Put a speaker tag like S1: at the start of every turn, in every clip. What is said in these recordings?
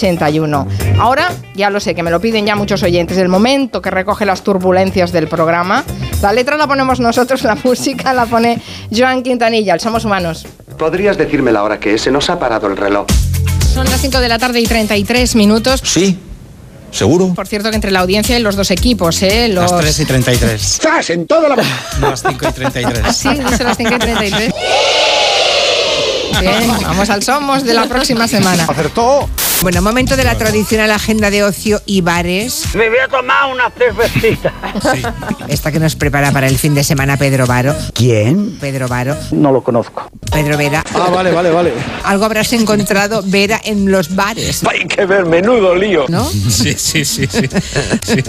S1: 081. Ahora, ya lo sé, que me lo piden ya muchos oyentes, el momento que recoge las turbulencias del programa. La letra la ponemos nosotros, la música la pone Joan Quintanilla, el Somos Humanos.
S2: ¿Podrías decirme la hora que es? Se nos ha parado el reloj.
S1: Son las 5 de la tarde y 33 minutos.
S3: Sí, seguro.
S1: Por cierto, que entre la audiencia y los dos equipos, ¿eh? Los...
S3: Las 3 y 33.
S2: ¡Zas! En toda la...
S3: No, las 5 y 33.
S1: Sí, dice las 5 y 33. Bien, vamos al Somos de la próxima semana.
S4: Acertó.
S5: Bueno, momento de la tradicional agenda de ocio y bares.
S6: Me voy a tomar unas cervecitas.
S5: Esta que nos prepara para el fin de semana Pedro Varo.
S4: ¿Quién?
S5: Pedro Varo,
S6: No lo conozco.
S5: Pedro Vera.
S4: Ah, vale, vale, vale.
S5: Algo habrás encontrado, Vera, en los bares,
S6: Hay que ver, menudo lío.
S5: ¿no?
S3: Sí, sí, sí, sí.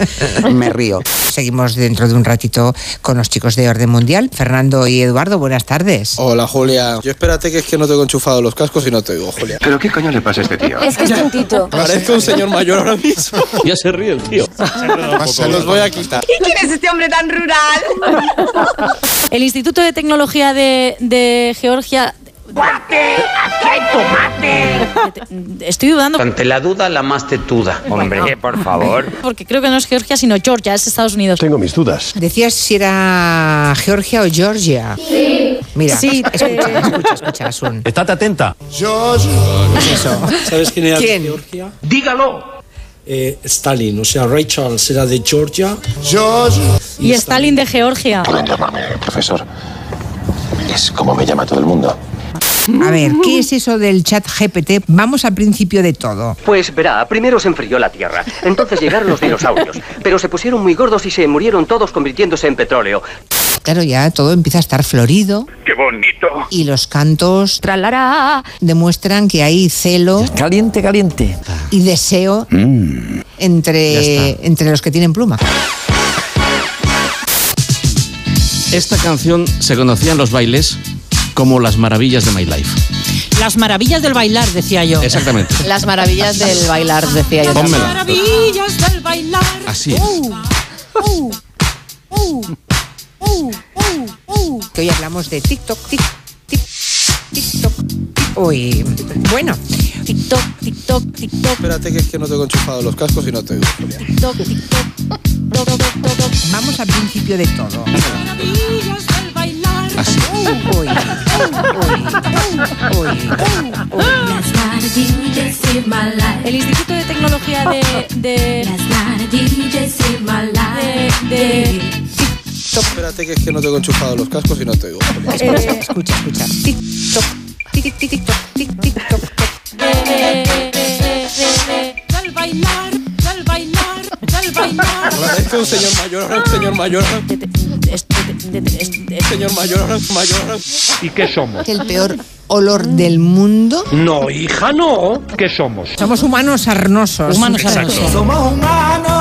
S4: Me río.
S5: Seguimos dentro de un ratito con los chicos de Orden Mundial. Fernando y Eduardo, buenas tardes.
S7: Hola Julia, yo espérate que es que no tengo enchufado los cascos y no te oigo Julia.
S2: ¿Pero qué coño le pasa a este tío?
S8: Es que es tontito.
S7: Parezco un señor mayor ahora mismo.
S6: Ya se ríe el tío.
S7: Se los voy a quitar.
S5: ¿Quién es este hombre tan rural?
S8: El Instituto de Tecnología de, de Georgia. Estoy dudando
S9: Ante la duda, la más tetuda.
S2: Hombre, por favor.
S8: porque creo que no es Georgia, sino Georgia, es Estados Unidos.
S4: Tengo mis dudas.
S5: Decías si era Georgia o Georgia. Sí. Mira,
S8: Sí.
S5: escucha, escucha, escucha, Asun.
S4: Estate atenta.
S10: ¿Sabes quién era
S5: ¿Quién?
S10: de Georgia? ¡Dígalo! Stalin, o sea, Ray Charles era de Georgia.
S8: Y Stalin de Georgia.
S2: Pueden llamarme profesor. Es como me llama todo el mundo.
S5: A ver, ¿qué es eso del chat GPT? Vamos al principio de todo.
S9: Pues verá, primero se enfrió la Tierra, entonces llegaron los dinosaurios, pero se pusieron muy gordos y se murieron todos convirtiéndose en petróleo.
S5: Pues, Claro, ya todo empieza a estar florido
S2: ¡Qué bonito!
S5: y los cantos
S8: Tralará.
S5: demuestran que hay celo
S4: Caliente, caliente.
S5: y deseo
S3: Ya
S5: entre,
S3: está.
S5: entre los que tienen pluma.
S9: Esta canción se conocía en los bailes como Las Maravillas de My Life.
S8: Las maravillas del bailar, decía yo.
S9: Exactamente.
S1: Las maravillas del bailar, decía yo.
S8: Las
S9: Pónmela.
S8: maravillas del bailar.
S9: Así es.
S8: Uh, uh, uh, uh, uh, uh.
S5: Que hoy hablamos de TikTok, tic, tic, TikTok. Uy, bueno,
S8: Tic-toc, tic-toc, tic-toc,
S7: Espérate que es que no tengo enchufado los cascos y no te oigo Julia.
S8: tic-toc, tic-toc. Toc, toc, toc, toc.
S5: vamos al principio de todo.
S8: Maravillas del bailar.
S9: Así.
S5: Uy, uy, uy, uy, uy.
S8: El Instituto de Tecnología de. de- de- de-
S7: Espérate que es que no tengo enchufado los cascos y no te oigo Julia.
S5: Escucha, Eh, escucha, escucha. TikTok, tic, tic, TikTok, tic, TikTok.
S8: de- de- del bailar, del bailar, del bailar.
S7: Parezco un señor mayor ahora, un señor mayor ahora,
S8: De- de- de- de- de- de-
S7: un señor mayor ahora, un mayor ahora.
S10: ¿Y qué somos?
S5: Es el peor olor del mundo.
S10: No, hija, no. ¿Qué somos?
S5: Somos humanos arnosos.
S8: Humanos arnosos.
S4: Somos humanos